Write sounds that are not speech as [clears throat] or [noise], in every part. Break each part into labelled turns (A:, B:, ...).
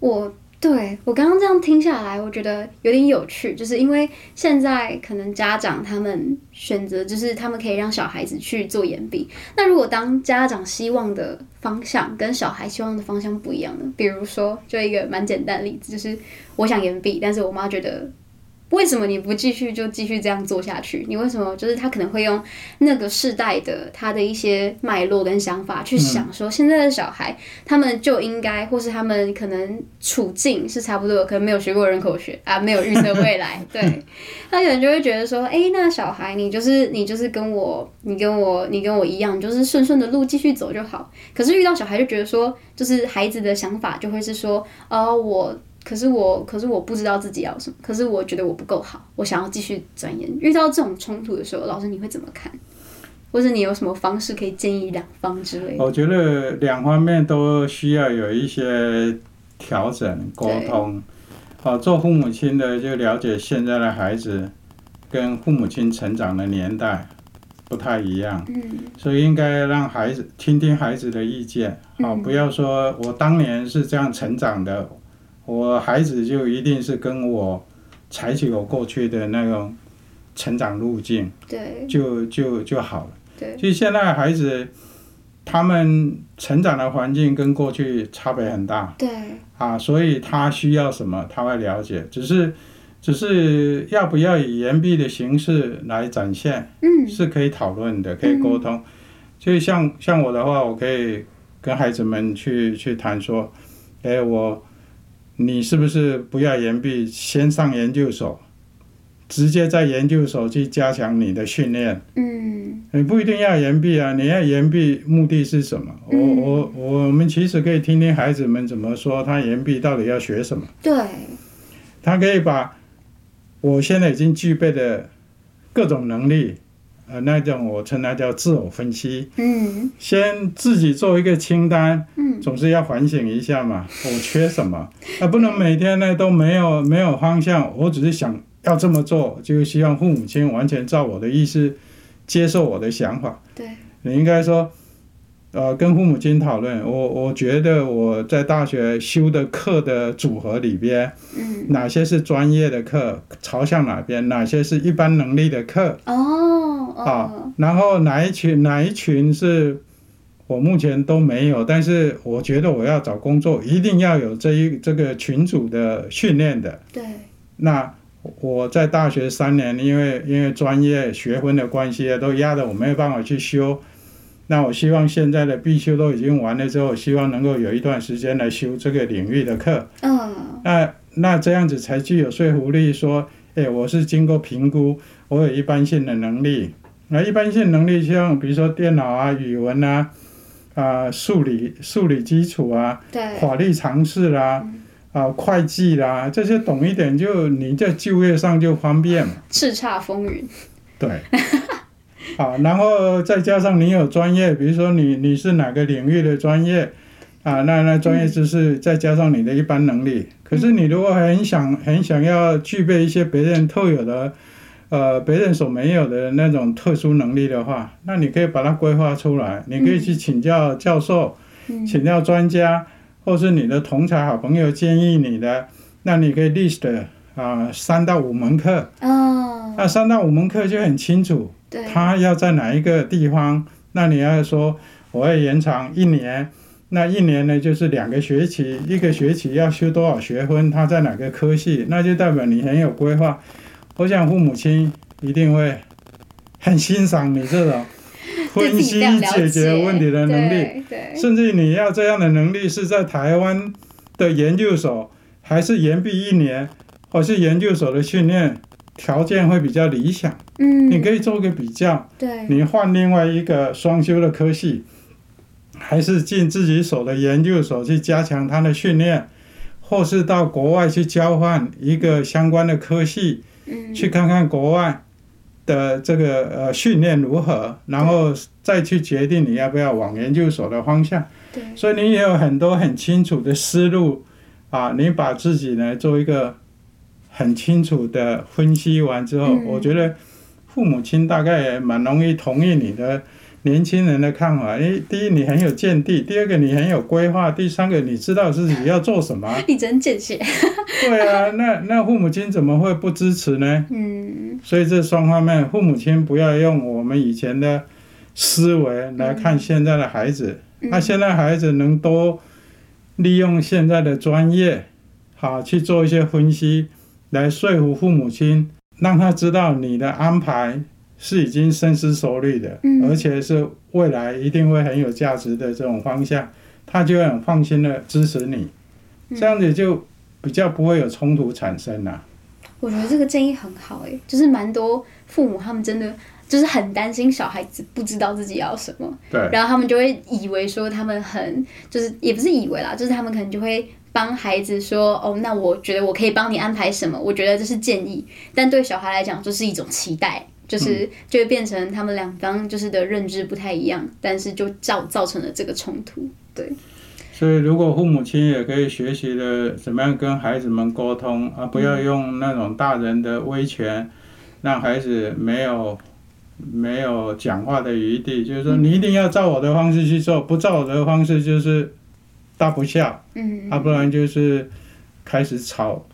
A: 我对我刚刚这样听下来，我觉得有点有趣，就是因为现在可能家长他们选择，就是他们可以让小孩子去做眼笔。那如果当家长希望的方向跟小孩希望的方向不一样呢？比如说，就一个蛮简单的例子，就是我想眼笔，但是我妈觉得。为什么你不继续就继续这样做下去？你为什么就是他可能会用那个世代的他的一些脉络跟想法去想说，现在的小孩、他们就应该，或是他们可能处境是差不多的，可能没有学过人口学啊，没有预测未来，对，他可能就会觉得说，哎、那小孩你就是你就是跟我你跟我你跟我一样，你就是顺顺的路继续走就好。可是遇到小孩就觉得说，就是孩子的想法就会是说，哦，我可是我，可是我不知道自己要什么，可是我觉得我不够好，我想要继续钻研。遇到这种冲突的时候，老师你会怎么看？或者你有什么方式可以建议两方之类的？
B: 我觉得两方面都需要有一些调整沟通。好、做父母亲的就了解现在的孩子跟父母亲成长的年代不太一样，
A: 嗯
B: 所以应该让孩子听听孩子的意见。好、
A: 嗯
B: 不要说我当年是这样成长的，我孩子就一定是跟我采取我过去的那种成长路径。
A: 对
B: 就就就好了。
A: 对，
B: 其实现在孩子他们成长的环境跟过去差别很大
A: 对，
B: 啊，所以他需要什么他会了解，只是只是要不要以言毕的形式来展现
A: 嗯
B: 是可以讨论的，可以沟通。就像像我的话，我可以跟孩子们去去谈说，哎，我你是不是不要言毕，先上研究所，直接在研究所去加强你的训练。
A: 嗯
B: 你哎不一定要言毕啊，你要言毕目的是什么？我
A: 嗯
B: 我我们其实可以听听孩子们怎么说，他言毕到底要学什么？
A: 对，
B: 他可以把我现在已经具备的各种能力，呃，那种我称它叫自我分析，
A: 嗯
B: 先自己做一个清单，
A: 嗯
B: 总是要反省一下嘛，我缺什么？啊，不能每天呢都没有没有方向，我只是想要这么做，就希望父母亲完全照我的意思，接受我的想法。
A: 对，
B: 你应该说，呃，跟父母亲讨论。我我觉得我在大学修的课的组合里边，
A: 嗯
B: 哪些是专业的课，朝向哪边；哪些是一般能力的课
A: 哦
B: 啊
A: 哦，。
B: 然后哪一群哪一群是我目前都没有，但是我觉得我要找工作一定要有这一这个群组的训练的。
A: 对，
B: 那我在大学三年，因为因为专业学分的关系，啊都压得我没有办法去修。那我希望现在的必修都已经完了之后，希望能够有一段时间来修这个领域的课。
A: 嗯
B: 那那这样子才具有说服力，说，哎，我是经过评估，我有一般性的能力。那一般性能力像比如说电脑啊、语文啊、啊、数理数理基础啊，
A: 对，
B: 法律常识啦、啊、会计啦，这些懂一点就你在就业上就方便嘛。
A: 叱咤风云，
B: 对， [laughs] 啊，然后再加上你有专业，比如说你你是哪个领域的专业，啊，那那专业知识
A: 嗯
B: 再加上你的一般能力。可是你如果很想很想要具备一些别人特有的，呃，别人所没有的那种特殊能力的话，那你可以把它规划出来，你可以去请教教授，
A: 嗯
B: 请教专家，或是你的同才好朋友建议你的，那你可以 list 啊三、到五门课，
A: 哦，
B: 那三到五门课就很清楚，
A: 对，
B: 他要在哪一个地方，那你要说我要延长一年，那一年呢就是两个学期，一个学期要修多少学分，他在哪个科系，那就代表你很有规划。我想父母亲一定会很欣赏你这种
A: [laughs] 对
B: 分
A: 自己
B: 析
A: 非常了
B: 解决
A: 解
B: 问题的能力。
A: 对对，
B: 甚至你要这样的能力是在台湾的研究所，还是研毕一年，或是研究所的训练条件会比较理想。
A: 嗯，
B: 你可以做个比较，
A: 对，
B: 你换另外一个双修的科系，还是进自己所的研究所去加强他的训练，或是到国外去交换一个相关的科系，
A: 嗯
B: 去看看国外的这个呃训练如何，然后再去决定你要不要往研究所的方向。
A: 对，
B: 所以你也有很多很清楚的思路啊，你把自己呢做一个很清楚的分析完之后，
A: 嗯
B: 我觉得父母亲大概也蛮容易同意你的。年轻人的看法。诶，第一，你很有见地；第二个，你很有规划；第三个，你知道自己要做什么。
A: [laughs] 你真见
B: [laughs]
A: 血。
B: 对啊，那那父母亲怎么会不支持呢？
A: 嗯
B: 所以这双方面，父母亲不要用我们以前的思维来看现在的孩子。
A: 嗯
B: 那、现在孩子能多利用现在的专业，好去做一些分析，来说服父母亲，让他知道你的安排是已经深思熟虑的，
A: 嗯
B: 而且是未来一定会很有价值的这种方向，他就会很放心的支持你，
A: 嗯
B: 这样子就比较不会有冲突产生啦、
A: 我觉得这个建议很好诶、就是蛮多父母他们真的就是很担心小孩子不知道自己要什么，
B: 对，
A: 然后他们就会以为说他们很就是也不是以为啦，就是他们可能就会帮孩子说哦，那我觉得我可以帮你安排什么，我觉得这是建议，但对小孩来讲就是一种期待。就是
B: 嗯
A: 就会变成他们两方就是的认知不太一样，但是就造造成了这个冲突。对，
B: 所以如果父母亲也可以学习的怎么样跟孩子们沟通啊，不要用那种大人的威权，让孩子没有没有讲话的余地，就是说你一定要照我的方式去做，不照我的方式就是大不孝，
A: 嗯，
B: 啊，不然就是开始吵。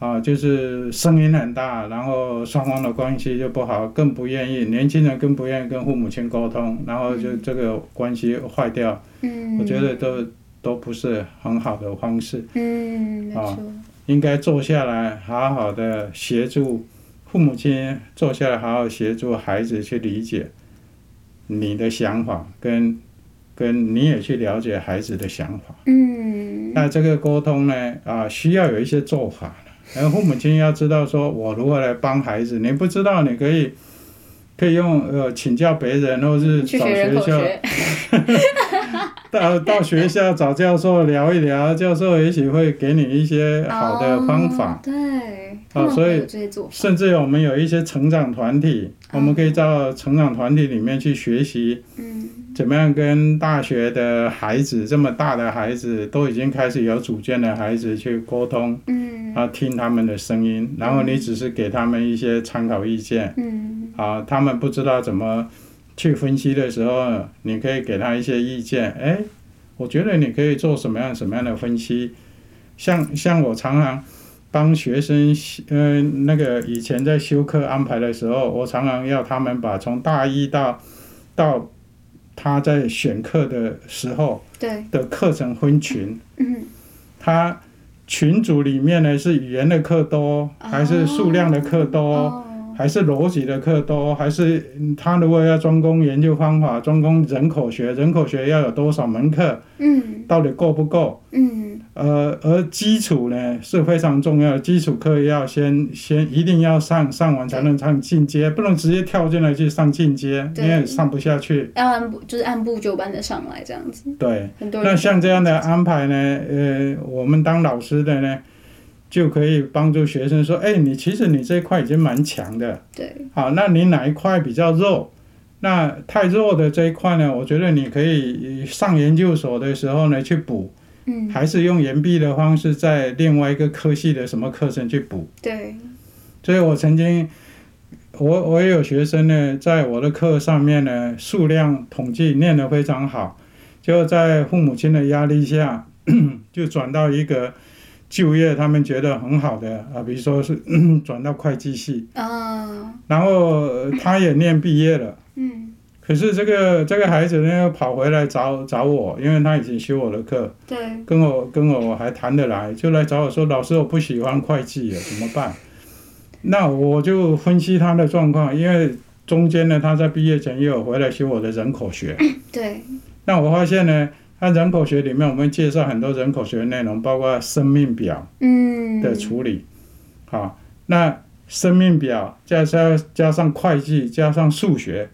B: 啊，就是声音很大，然后双方的关系就不好，更不愿意年轻人更不愿意跟父母亲沟通，然后就这个关系坏掉，
A: 嗯，
B: 我觉得都都不是很好的方式，
A: 嗯，没
B: 啊
A: 错，
B: 应该坐下来好好的协助父母亲，坐下来好好协助孩子去理解你的想法，跟跟你也去了解孩子的想法。
A: 嗯，
B: 那这个沟通呢，啊，需要有一些做法，然后父母亲要知道说我如何来帮孩子，你不知道你可以。可以用呃请教别人，或是
A: 去
B: 找
A: 学
B: 学
A: 人口
B: 校
A: 学， [laughs]
B: 到到学校找教授聊一聊，教授也许会给你一些好的方
A: 哦
B: 法，。
A: 对，他
B: 啊
A: 们
B: 所
A: 会
B: 以
A: 有这些做法，
B: 甚至我们有一些成长团体，
A: 哦
B: 我们可以到成长团体里面去学习，
A: 嗯
B: 怎么样跟大学的孩子这么大的孩子，都已经开始有主见的孩子去沟通，
A: 嗯
B: 啊，听他们的声音，然后你只是给他们一些参考意见，
A: 嗯
B: 啊，他们不知道怎么去分析的时候，你可以给他一些意见。哎，我觉得你可以做什么样什么样的分析。像像我常常帮学生，呃，那个以前在修课安排的时候，我常常要他们把从大一到到他在选课的时候
A: 对，
B: 的课程分群，
A: 嗯
B: 他群组里面呢是语言的课多，还是数量的课多？
A: 哦，
B: 还是逻辑的课多，还是嗯他如果要专攻研究方法，专攻人口学，人口学要有多少门课，
A: 嗯
B: 到底够不够？
A: 嗯
B: 呃，而基础呢是非常重要的，基础课要先先一定要上，上完才能上进阶，不能直接跳进来去上进阶，因
A: 对
B: 为上不下去。
A: 要按部就是按部就班的上来这样子，
B: 对，
A: 很多人
B: 那像这样的安排呢，呃，我们当老师的呢，就可以帮助学生说，哎，你其实你这一块已经蛮强的。
A: 对，
B: 好，那你哪一块比较弱？那太弱的这一块呢？我觉得你可以上研究所的时候呢去补，
A: 嗯
B: 还是用研毕的方式在另外一个科系的什么课程去补。
A: 对，
B: 所以我曾经，我我也有学生呢，在我的课上面呢，数量统计念得非常好，就在父母亲的压力下， [clears throat] 就转到一个就业他们觉得很好的啊，比如说是转到会计系。
A: 啊
B: 然后呃他也念毕业了，
A: 嗯
B: 可是这个这个孩子呢又跑回来找找我，因为他已经修我的课，
A: 对，
B: 跟我跟我还谈得来，就来找我说老师我不喜欢会计了，怎么办？ [laughs] 那我就分析他的状况，因为中间呢他在毕业前也有回来修我的人口学，
A: 对，
B: 那我发现呢。他人口学里面，我们介绍很多人口学的内容，包括生命表，
A: 嗯
B: 的处理。好，那生命表加上加上会计加上数学，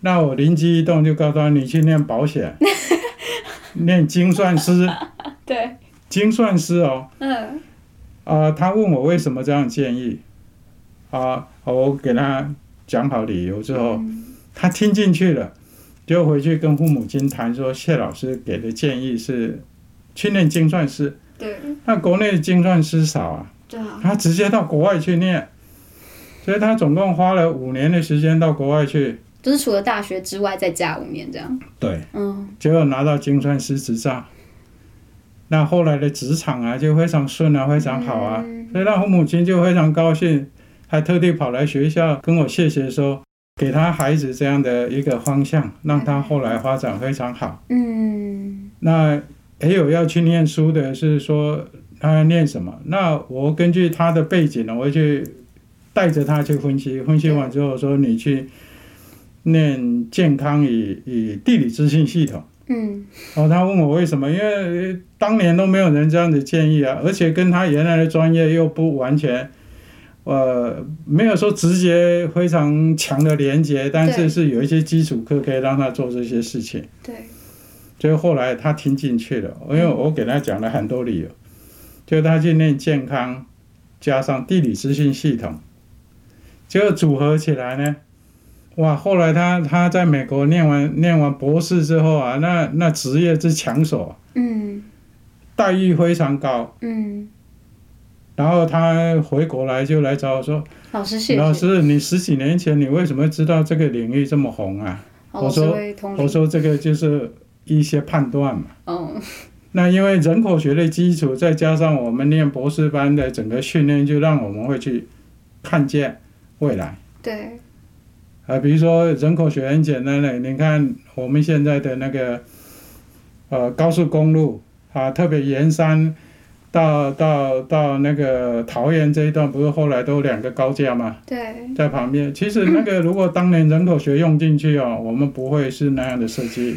B: 那我灵机一动就告诉他，你去念保险，念精算师，
A: 对，
B: 精算师哦。
A: 嗯
B: 啊、他问我为什么这样建议，啊、我给他讲好理由之后，
A: 嗯
B: 他听进去了，就回去跟父母亲谈说，谢老师给的建议是去念精算师。
A: 对
B: 那国内的精算师少啊，
A: 对啊，
B: 他直接到国外去念，所以他总共花了五年的时间到国外去，
A: 就是除了大学之外再加五年这样。
B: 对，
A: 嗯，
B: 结果拿到精算师执照，那后来的职场啊就非常顺啊，非常好啊，
A: 嗯
B: 所以让父母亲就非常高兴，还特地跑来学校跟我谢谢说，给他孩子这样的一个方向，让他后来发展非常好。
A: 嗯
B: 那也有要去念书的，是说他要念什么？那我根据他的背景呢，我会去带着他去分析，分析完之后说你去念健康与与地理资讯系统。
A: 嗯
B: 哦，他问我为什么？因为呃当年都没有人这样子建议啊，而且跟他原来的专业又不完全，呃，没有说直接非常强的连接，但
A: 对
B: 是是有一些基础课可以让他做这些事情。
A: 对，
B: 就后来他听进去了，因为我给他讲了很多理由，就他去念健康，加上地理资讯系统，结果组合起来呢，哇！后来他他在美国念完念完博士之后啊，那那职业之抢手啊，
A: 嗯
B: 待遇非常高。
A: 嗯，
B: 然后他回国来就来找我说
A: 老师谢：“谢，
B: 老师，你十几年前你为什么知道这个领域这么红啊
A: 哦
B: 我
A: 老师
B: 说
A: 会？”通
B: 我
A: 灵，
B: 说：“这个就是一些判断嘛。”
A: 哦，
B: 那因为人口学的基础，再加上我们念博士班的整个训练，就让我们会去看见未来。
A: 对，
B: 啊，比如说人口学很简单的，你看我们现在的那个呃高速公路啊，特别沿山到到到那个桃园这一段，不是后来都有两个高架吗？
A: 对，
B: 在旁边。其实那个如果当年人口学用进去哦，我们不会是那样的设计，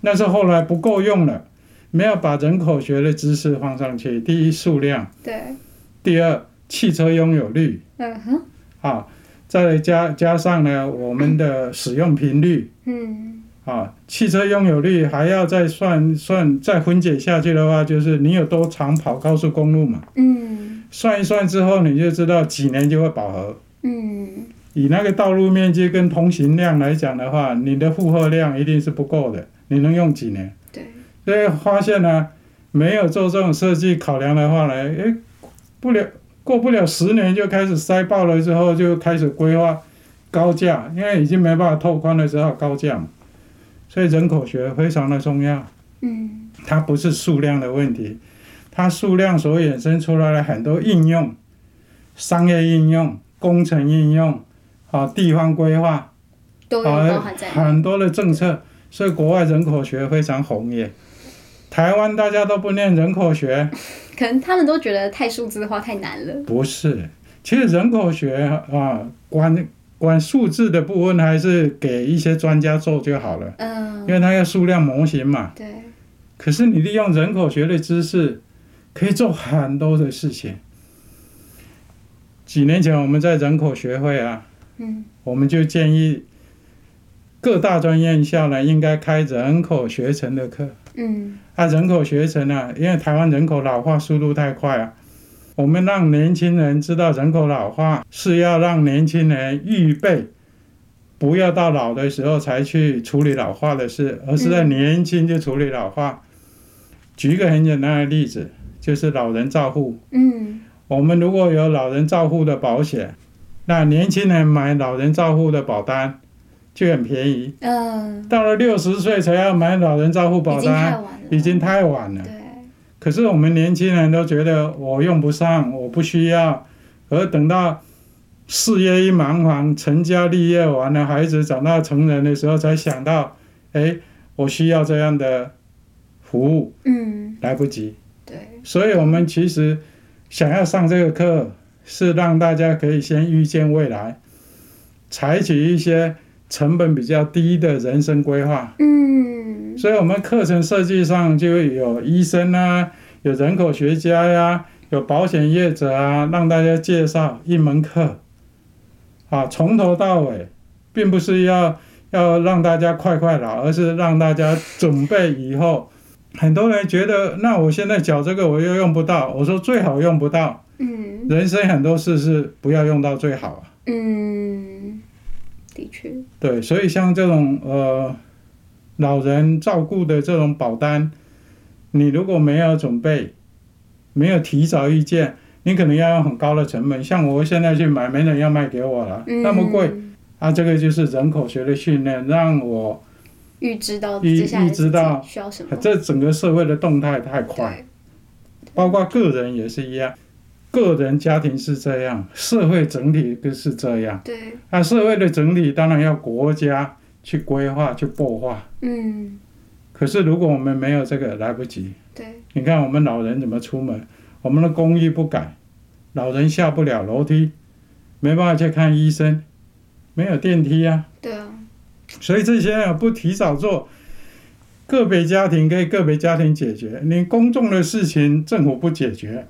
B: 那是后来不够用了，没有把人口学的知识放上去。第一，数量；
A: 对，
B: 第二，汽车拥有率
A: 嗯哼，
B: 啊，再加加上呢我们的使用频率。
A: 嗯
B: 啊，汽车拥有率还要再算算再分解下去的话，就是你有多长跑高速公路嘛？
A: 嗯
B: 算一算之后，你就知道几年就会饱和。
A: 嗯，
B: 以那个道路面积跟通行量来讲的话，你的负荷量一定是不够的，你能用几年？
A: 对，
B: 所以发现呢，没有做这种设计考量的话呢，诶，不了过不了十年就开始塞爆了，之后就开始规划高架，因为已经没办法拓宽了，只好高架嘛。所以人口学非常的重要，
A: 嗯
B: 它不是数量的问题，它数量所衍生出来的很多应用，商业应用、工程应用，啊，地方规划，啊
A: 都有包含在内，
B: 很多的政策，所以国外人口学非常红耶。台湾大家都不念人口学，
A: 可能他们都觉得太数字化太难了，
B: 不是，其实人口学啊，管管数字的部分还是给一些专家做就好了，
A: 嗯
B: 因，为它要数量模型嘛。
A: 对，
B: 可是你利用人口学的知识，可以做很多的事情。几年前我们在人口学会啊，
A: 嗯
B: 我们就建议各大专院校呢，应该开人口学程的课。
A: 嗯
B: 啊，人口学程啊，因为台湾人口老化速度太快啊，我们让年轻人知道人口老化是要让年轻人预备，不要到老的时候才去处理老化的事，而是在
A: 嗯
B: 年轻就处理老化。举一个很简单的例子，就是老人照护。
A: 嗯
B: 我们如果有老人照护的保险，那年轻人买老人照护的保单就很便宜。
A: 嗯，
B: 到了六十岁才要买老人照护保
A: 已经太
B: 单，
A: 晚了，
B: 已经太晚了。
A: 对，
B: 可是我们年轻人都觉得我用不上，我不需要，而等到事业一忙完，成家立业完了，孩子长大成人的时候，才想到，哎，我需要这样的服务，
A: 嗯
B: 来不及。
A: 对，
B: 所以我们其实想要上这个课，是让大家可以先预见未来，采取一些成本比较低的人生规划。
A: 嗯
B: 所以我们课程设计上就有医生啊，有人口学家呀、有保险业者啊，让大家介绍一门课，啊，从头到尾，并不是要要让大家快快老，而是让大家准备以后。很多人觉得，那我现在缴这个我又用不到，我说最好用不到。
A: 嗯
B: 人生很多事是不要用到最好啊。
A: 嗯，的确，
B: 对，所以像这种呃老人照顾的这种保单，你如果没有准备，没有提早意见，你可能要用很高的成本。像我现在去买，没人要卖给我了，那么贵，
A: 嗯
B: 啊，这个就是人口学的训练，让我
A: 预知到
B: 预
A: 接下来
B: 预知到
A: 需要什么，
B: 这整个社会的动态太快，
A: 对，
B: 包括个人也是一样，个人家庭是这样，社会整体更是这样。
A: 对，
B: 那社会的整体当然要国家去规划、去擘画。
A: 嗯，
B: 可是如果我们没有这个，来不及。
A: 对，
B: 你看我们老人怎么出门？我们的公寓不改，老人下不了楼梯，没办法去看医生，没有电梯啊。
A: 对啊，
B: 所以这些啊不提早做，个别家庭给个别家庭解决，你公众的事情政府不解决，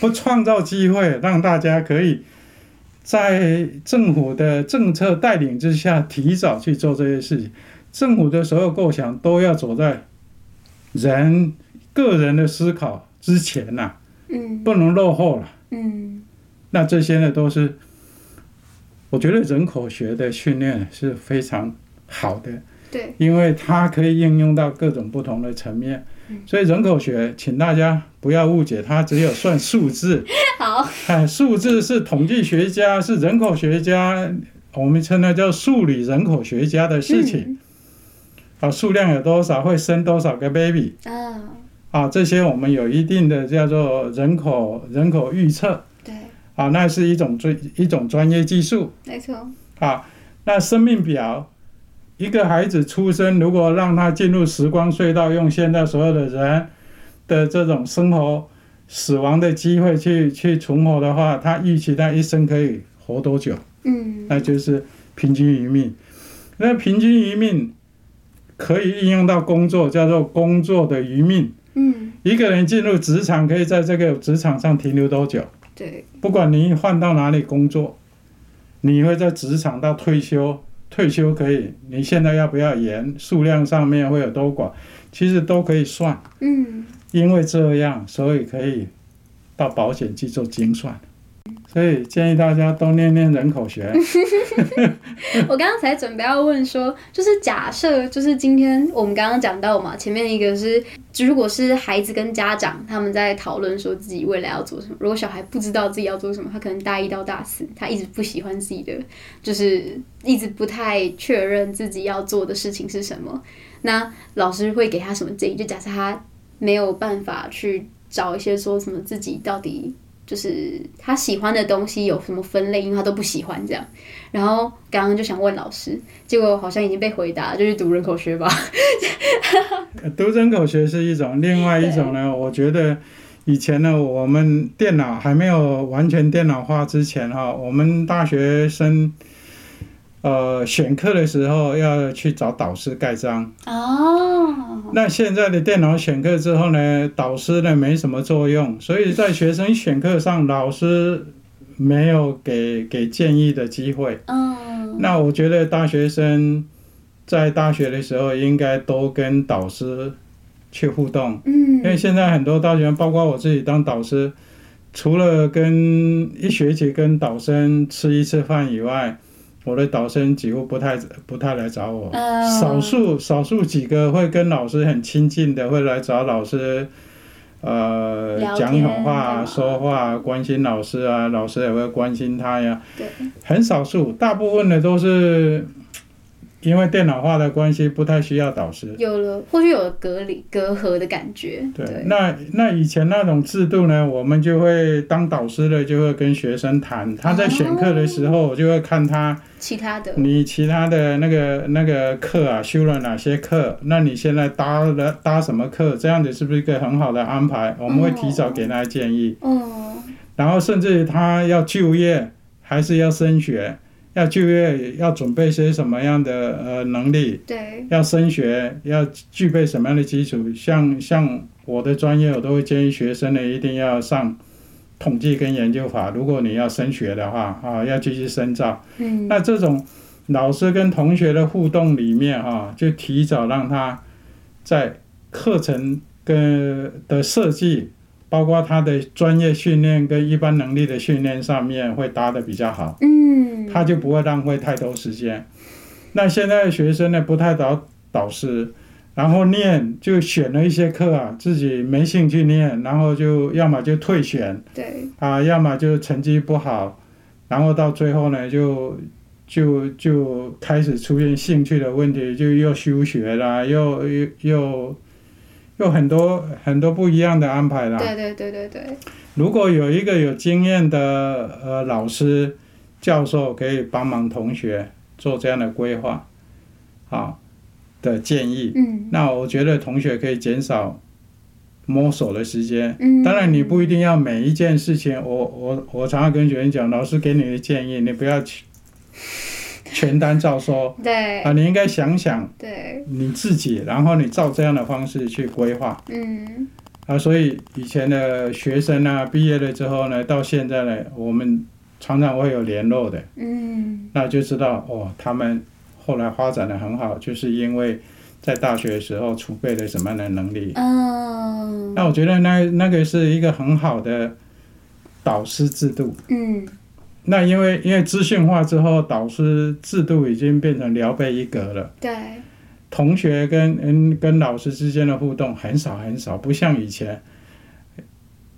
B: 不创造机会让大家可以在政府的政策带领之下提早去做这些事情，政府的所有构想都要走在人个人的思考之前呐、
A: 嗯
B: 不能落后了。
A: 嗯，
B: 那这些呢，都是我觉得人口学的训练是非常好的，
A: 对，
B: 因为它可以应用到各种不同的层面
A: 嗯。
B: 所以人口学，请大家不要误解，它只有算数字， [laughs]
A: [laughs] 好，
B: 哎，数字是统计学家，是人口学家，我们称它叫数理人口学家的事情
A: 嗯
B: 啊，数量有多少会生多少个 baby
A: 嗯，啊，
B: 啊，这些我们有一定的叫做人口人口预测。
A: 对，
B: 啊，那是一种专一种专业技术
A: 没错，
B: 啊。那生命表，一个孩子出生，如果让他进入时光隧道，用现在所有的人的这种生活死亡的机会去去存活的话，他预期他一生可以活多久？
A: 嗯，
B: 那就是平均余命。那平均余命可以应用到工作，叫做工作的余命。
A: 嗯，
B: 一个人进入职场，可以在这个职场上停留多久？
A: 对，
B: 不管你换到哪里工作，你会在职场到退休，退休可以，你现在要不要延？数量上面会有多寡，其实都可以算。
A: 嗯，
B: 因为这样，所以可以到保险去做精算。所以建议大家多练练人口学。
A: 我刚刚才准备要问说，就是假设就是今天我们刚刚讲到嘛，前面一个是如果是孩子跟家长他们在讨论说自己未来要做什么，如果小孩不知道自己要做什么，他可能大一到大四，他一直不喜欢自己的，就是一直不太确认自己要做的事情是什么，那老师会给他什么建议？就假设他没有办法去找一些说什么自己到底。就是他喜欢的东西有什么分类，因为他都不喜欢这样。然后刚刚就想问老师，结果好像已经被回答，就去读人口学吧。 [laughs]
B: 读人口学是一种，另外一种呢，我觉得以前呢，我们电脑还没有完全电脑化之前哈、我们大学生呃选课的时候要去找导师盖章。
A: 哦，
B: 那现在的电脑选课之后呢，导师呢没什么作用，所以在学生选课上，老师没有给给建议的机会。
A: 嗯，
B: 那我觉得大学生在大学的时候应该多跟导师去互动。因为
A: 嗯，
B: 现在很多大学生，包括我自己当导师，除了跟一学期跟导生吃一次饭以外，我的导生几乎不太不太来找我，
A: 嗯
B: 少数少数几个会跟老师很亲近的会来找老师，呃，
A: 聊
B: 讲
A: 天
B: 好话啊、
A: 干嘛
B: 说话啊、关心老师啊，老师也会关心他呀，
A: 对，
B: 很少数，大部分的都是因为电脑化的关系，不太需要导师。
A: 有了，或许有了隔离隔阂的感觉。
B: 对，那那以前那种制度呢，我们就会当导师的就会跟学生谈，他在选课的时候，我就会看他
A: 其他的，
B: 你其他的那个那个课啊，修了哪些课，那你现在搭了搭什么课，这样子是不是一个很好的安排？我们会提早给他建议，
A: 哦，
B: 然后甚至于他要就业还是要升学，要就业要准备些什么样的呃能力，
A: 对，
B: 要升学要具备什么样的基础？像像我的专业，我都会建议学生呢一定要上统计跟研究法。如果你要升学的话，啊，要继续深造。
A: 嗯，
B: 那这种老师跟同学的互动里面啊，就提早让他在课程跟的设计，包括他的专业训练跟一般能力的训练上面会搭的比较好。
A: 嗯，
B: 他就不会浪费太多时间。那现在的学生呢，不太找导师，然后念就选了一些课啊，自己没兴趣念，然后就要么就退选
A: 对，
B: 啊，要么就成绩不好，然后到最后呢，就就就开始出现兴趣的问题，就又休学啦，又又又又很多很多不一样的安排啦。
A: 对对对对对，
B: 如果有一个有经验的呃老师、教授可以帮忙同学做这样的规划，好，的建议，
A: 嗯
B: 那我觉得同学可以减少摸索的时间。
A: 嗯。
B: 当然，你不一定要每一件事情，我我我常常跟学生讲，老师给你的建议，你不要全全单照收
A: 对
B: 啊，你应该想想
A: 对，
B: 你自己，然后你照这样的方式去规划。
A: 嗯
B: 啊，所以以前的学生啊，毕业了之后呢，到现在呢，我们常常会有联络的，
A: 嗯
B: 那就知道哦，他们后来发展的很好，就是因为在大学的时候储备了什么样的能力。
A: 嗯
B: 那我觉得那那个是一个很好的导师制度。
A: 嗯，
B: 那因为因为资讯化之后，导师制度已经变成聊备一格了，
A: 对，
B: 同学跟嗯跟老师之间的互动很少很少，不像以前。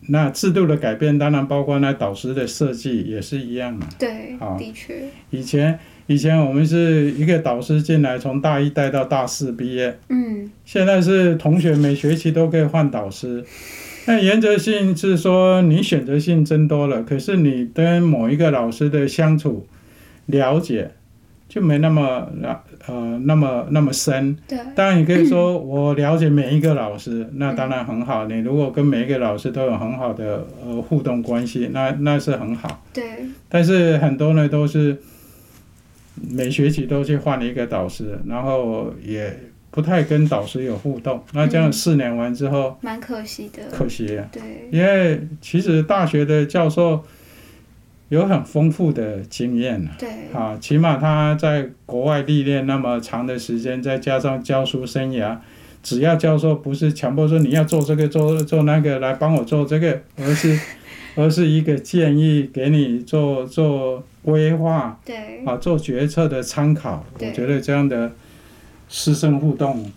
B: 那制度的改变，当然包括那导师的设计也是一样嘛。
A: 对，
B: 好
A: 的确，
B: 以前以前我们是一个导师进来，从大一带到大四毕业，
A: 嗯
B: 现在是同学每学期都可以换导师。那原则性是说你选择性增多了，可是你跟某一个老师的相处了解就没那么呃那么那么深。
A: 对，
B: 当然，你可以说我了解每一个老师，那当然很好。你如果跟每一个老师都有很好的呃互动关系，那那是很好。
A: 对，
B: 但是很多呢都是每学期都去换一个导师，然后也不太跟导师有互动。那这样四年完之后，
A: 蛮可惜的，
B: 可惜啊，
A: 对，
B: 因为其实大学的教授有很丰富的经验啊
A: 对，
B: 啊，起码他在国外历练那么长的时间，再加上教书生涯，只要教授不是强迫说你要做这个做做那个来帮我做这个，而是 [laughs] 而是一个建议给你做做规划
A: 对，
B: 啊，做决策的参考。我
A: 对
B: 觉得这样的师生互动，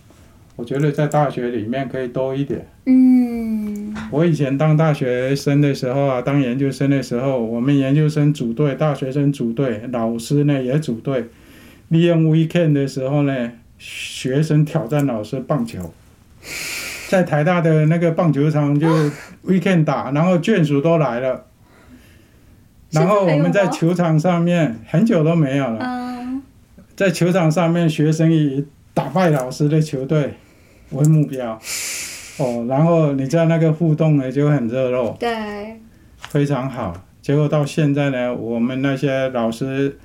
B: 我觉得在大学里面可以多一点。
A: 嗯，
B: 我以前当大学生的时候啊，当研究生的时候，我们研究生组队，大学生组队，老师呢也组队。利用 weekend 的时候呢，学生挑战老师棒球，在台大的那个棒球
A: [laughs]
B: 场就 weekend 打，然后眷属都来了，
A: 现在
B: 然后我
A: 还有
B: 们
A: 吗
B: 在球场上面很久都没有了。
A: 嗯，
B: 在球场上面，学生以打败老师的球队为目标。哦，然后你知道那个互动呢就很热络，
A: 对，
B: 非常好。结果到现在呢，我们那些老师，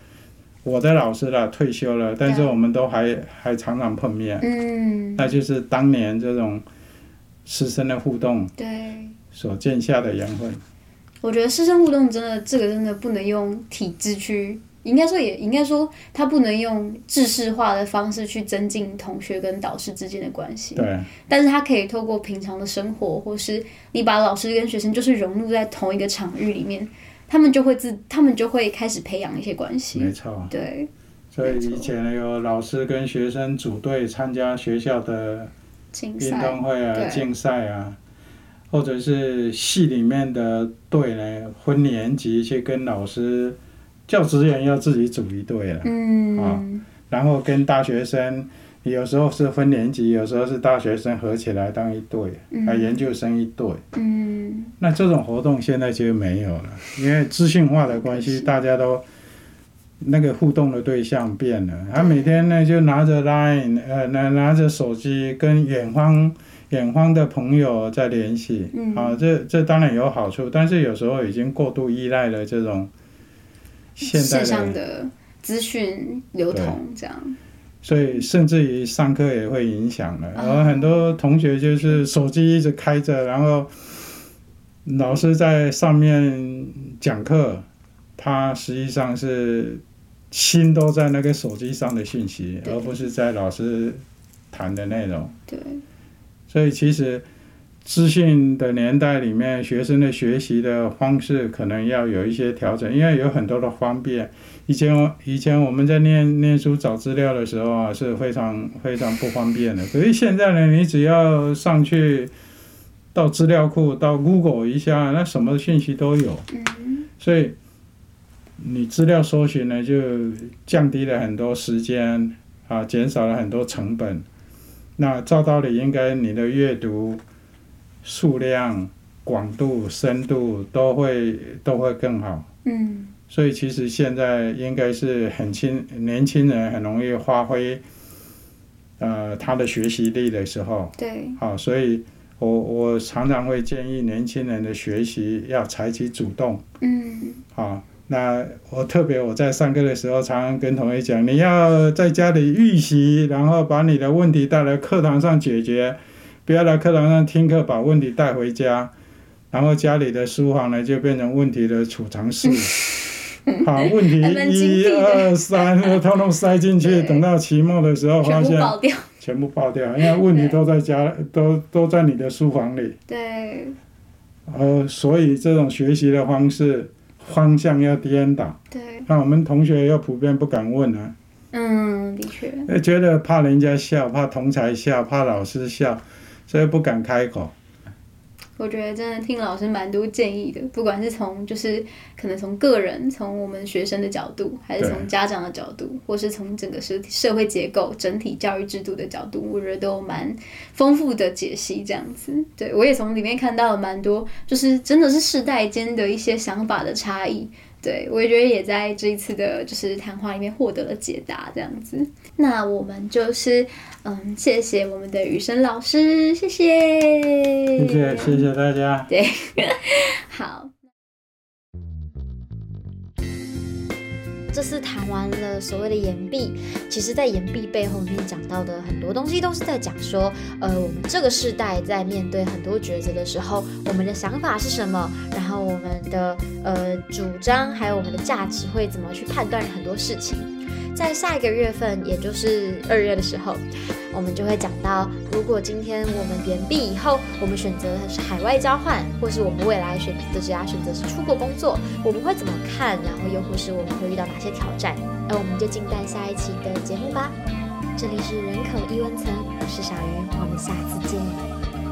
B: 我的老师啦退休了，但是
A: 对
B: 我们都还还常常碰面，
A: 嗯，
B: 那就是当年这种师生的互动
A: 对。
B: 所见下的缘分。
A: 我觉得师生互动真的，这个真的不能用体制去，应该说也应该说，它不能用制式化的方式去增进同学跟导师之间的关系。
B: 对，
A: 但是他可以透过平常的生活，或是你把老师跟学生就是融入在同一个场域里面，他们就会自，他们就会开始培养一些关系。
B: 没错。
A: 对，
B: 所以
A: 没错
B: 以前有老师跟学生组队参加学校的
A: 竞
B: 运
A: 赛，
B: 动会啊、
A: 对
B: 竞赛啊，或者是系里面的队呢，分年级去跟老师、教职员要自己组一队了，
A: 嗯，
B: 然后跟大学生，有时候是分年级，有时候是大学生合起来当一队，
A: 嗯
B: 啊，研究生一队。
A: 嗯，
B: 那这种活动现在其实没有了，因为资讯化的关系，
A: 是
B: 大家都那个互动的对象变了。他每天呢就拿着 Line，呃，拿拿着手机跟远方远方的朋友在联系。
A: 嗯
B: 啊，这这当然有好处，但是有时候已经过度依赖了这种现代
A: 线上
B: 的，
A: 的资讯流通这样，
B: 所以甚至于上课也会影响了。
A: 啊
B: 然后很多同学就是手机一直开着，然后老师在上面讲课，他实际上是心都在那个手机上的讯息，
A: 对
B: 而不是在老师谈的内容。
A: 对，
B: 所以其实资讯的年代里面，学生的学习的方式可能要有一些调整，因为有很多的方便。以前我以前我们在念念书找资料的时候啊，是非常非常不方便的。可是现在呢，你只要上去到资料库，到 Google 一下，那什么讯息都有。
A: 嗯，
B: 所以你资料搜寻呢就降低了很多时间啊，减少了很多成本。那照道理应该你的阅读数量、广度、深度都会都会更好。
A: 嗯
B: 所以其实现在应该是很轻年轻人很容易发挥，呃，他的学习力的时候，
A: 对，
B: 好，所以我我常常会建议年轻人的学习要采取主动，
A: 嗯
B: 好，那我特别我在上课的时候，常常跟同学讲，你要在家里预习，然后把你的问题带来课堂上解决，不要来课堂上听课，把问题带回家，然后家里的书房呢就变成问题的储
A: [laughs]
B: 藏室。好，问题
A: 还蛮精辟
B: 一
A: 的
B: 二三，我通通塞进去，
A: 对
B: 等到期末的时候
A: 全
B: 发
A: 部
B: 现
A: 爆掉，
B: 全部爆掉，因为问题
A: 对
B: 都在家，都都在你的书房里。
A: 对
B: 呃，所以这种学习的方式方向要颠倒。
A: 对，
B: 那我们同学又普遍不敢问啊，
A: 嗯，的确，
B: 呃觉得怕人家笑，怕同才笑，怕老师笑，所以不敢开口。
A: 我觉得真的听老师蛮多建议的，不管是从就是可能从个人、从我们学生的角度，还是
B: 对
A: 从家长的角度，或是从整个社社会结构、整体教育制度的角度，我觉得都有蛮丰富的解析。这样子，对我也从里面看到了蛮多，就是真的是世代间的一些想法的差异。对，我也觉得也在这一次的就是谈话里面获得了解答，这样子。那我们就是嗯，谢谢我们的雨生老师，谢谢，
B: 谢谢，谢谢大家。
A: 好。这次谈完了所谓的言必，其实，在言必背后面讲到的很多东西，都是在讲说，呃，我们这个世代在面对很多抉择的时候，我们的想法是什么，然后我们的呃主张，还有我们的价值会怎么去判断很多事情。在下一个月份，也就是二月的时候，我们就会讲到，如果今天我们延毕以后，我们选择的是海外交换，或是我们未来选的职业选择是出国工作，我们会怎么看？然后又或是我们会遇到哪些挑战？那我们就静待下一期的节目吧。这里是人口异温层，我是小鱼，我们下次见。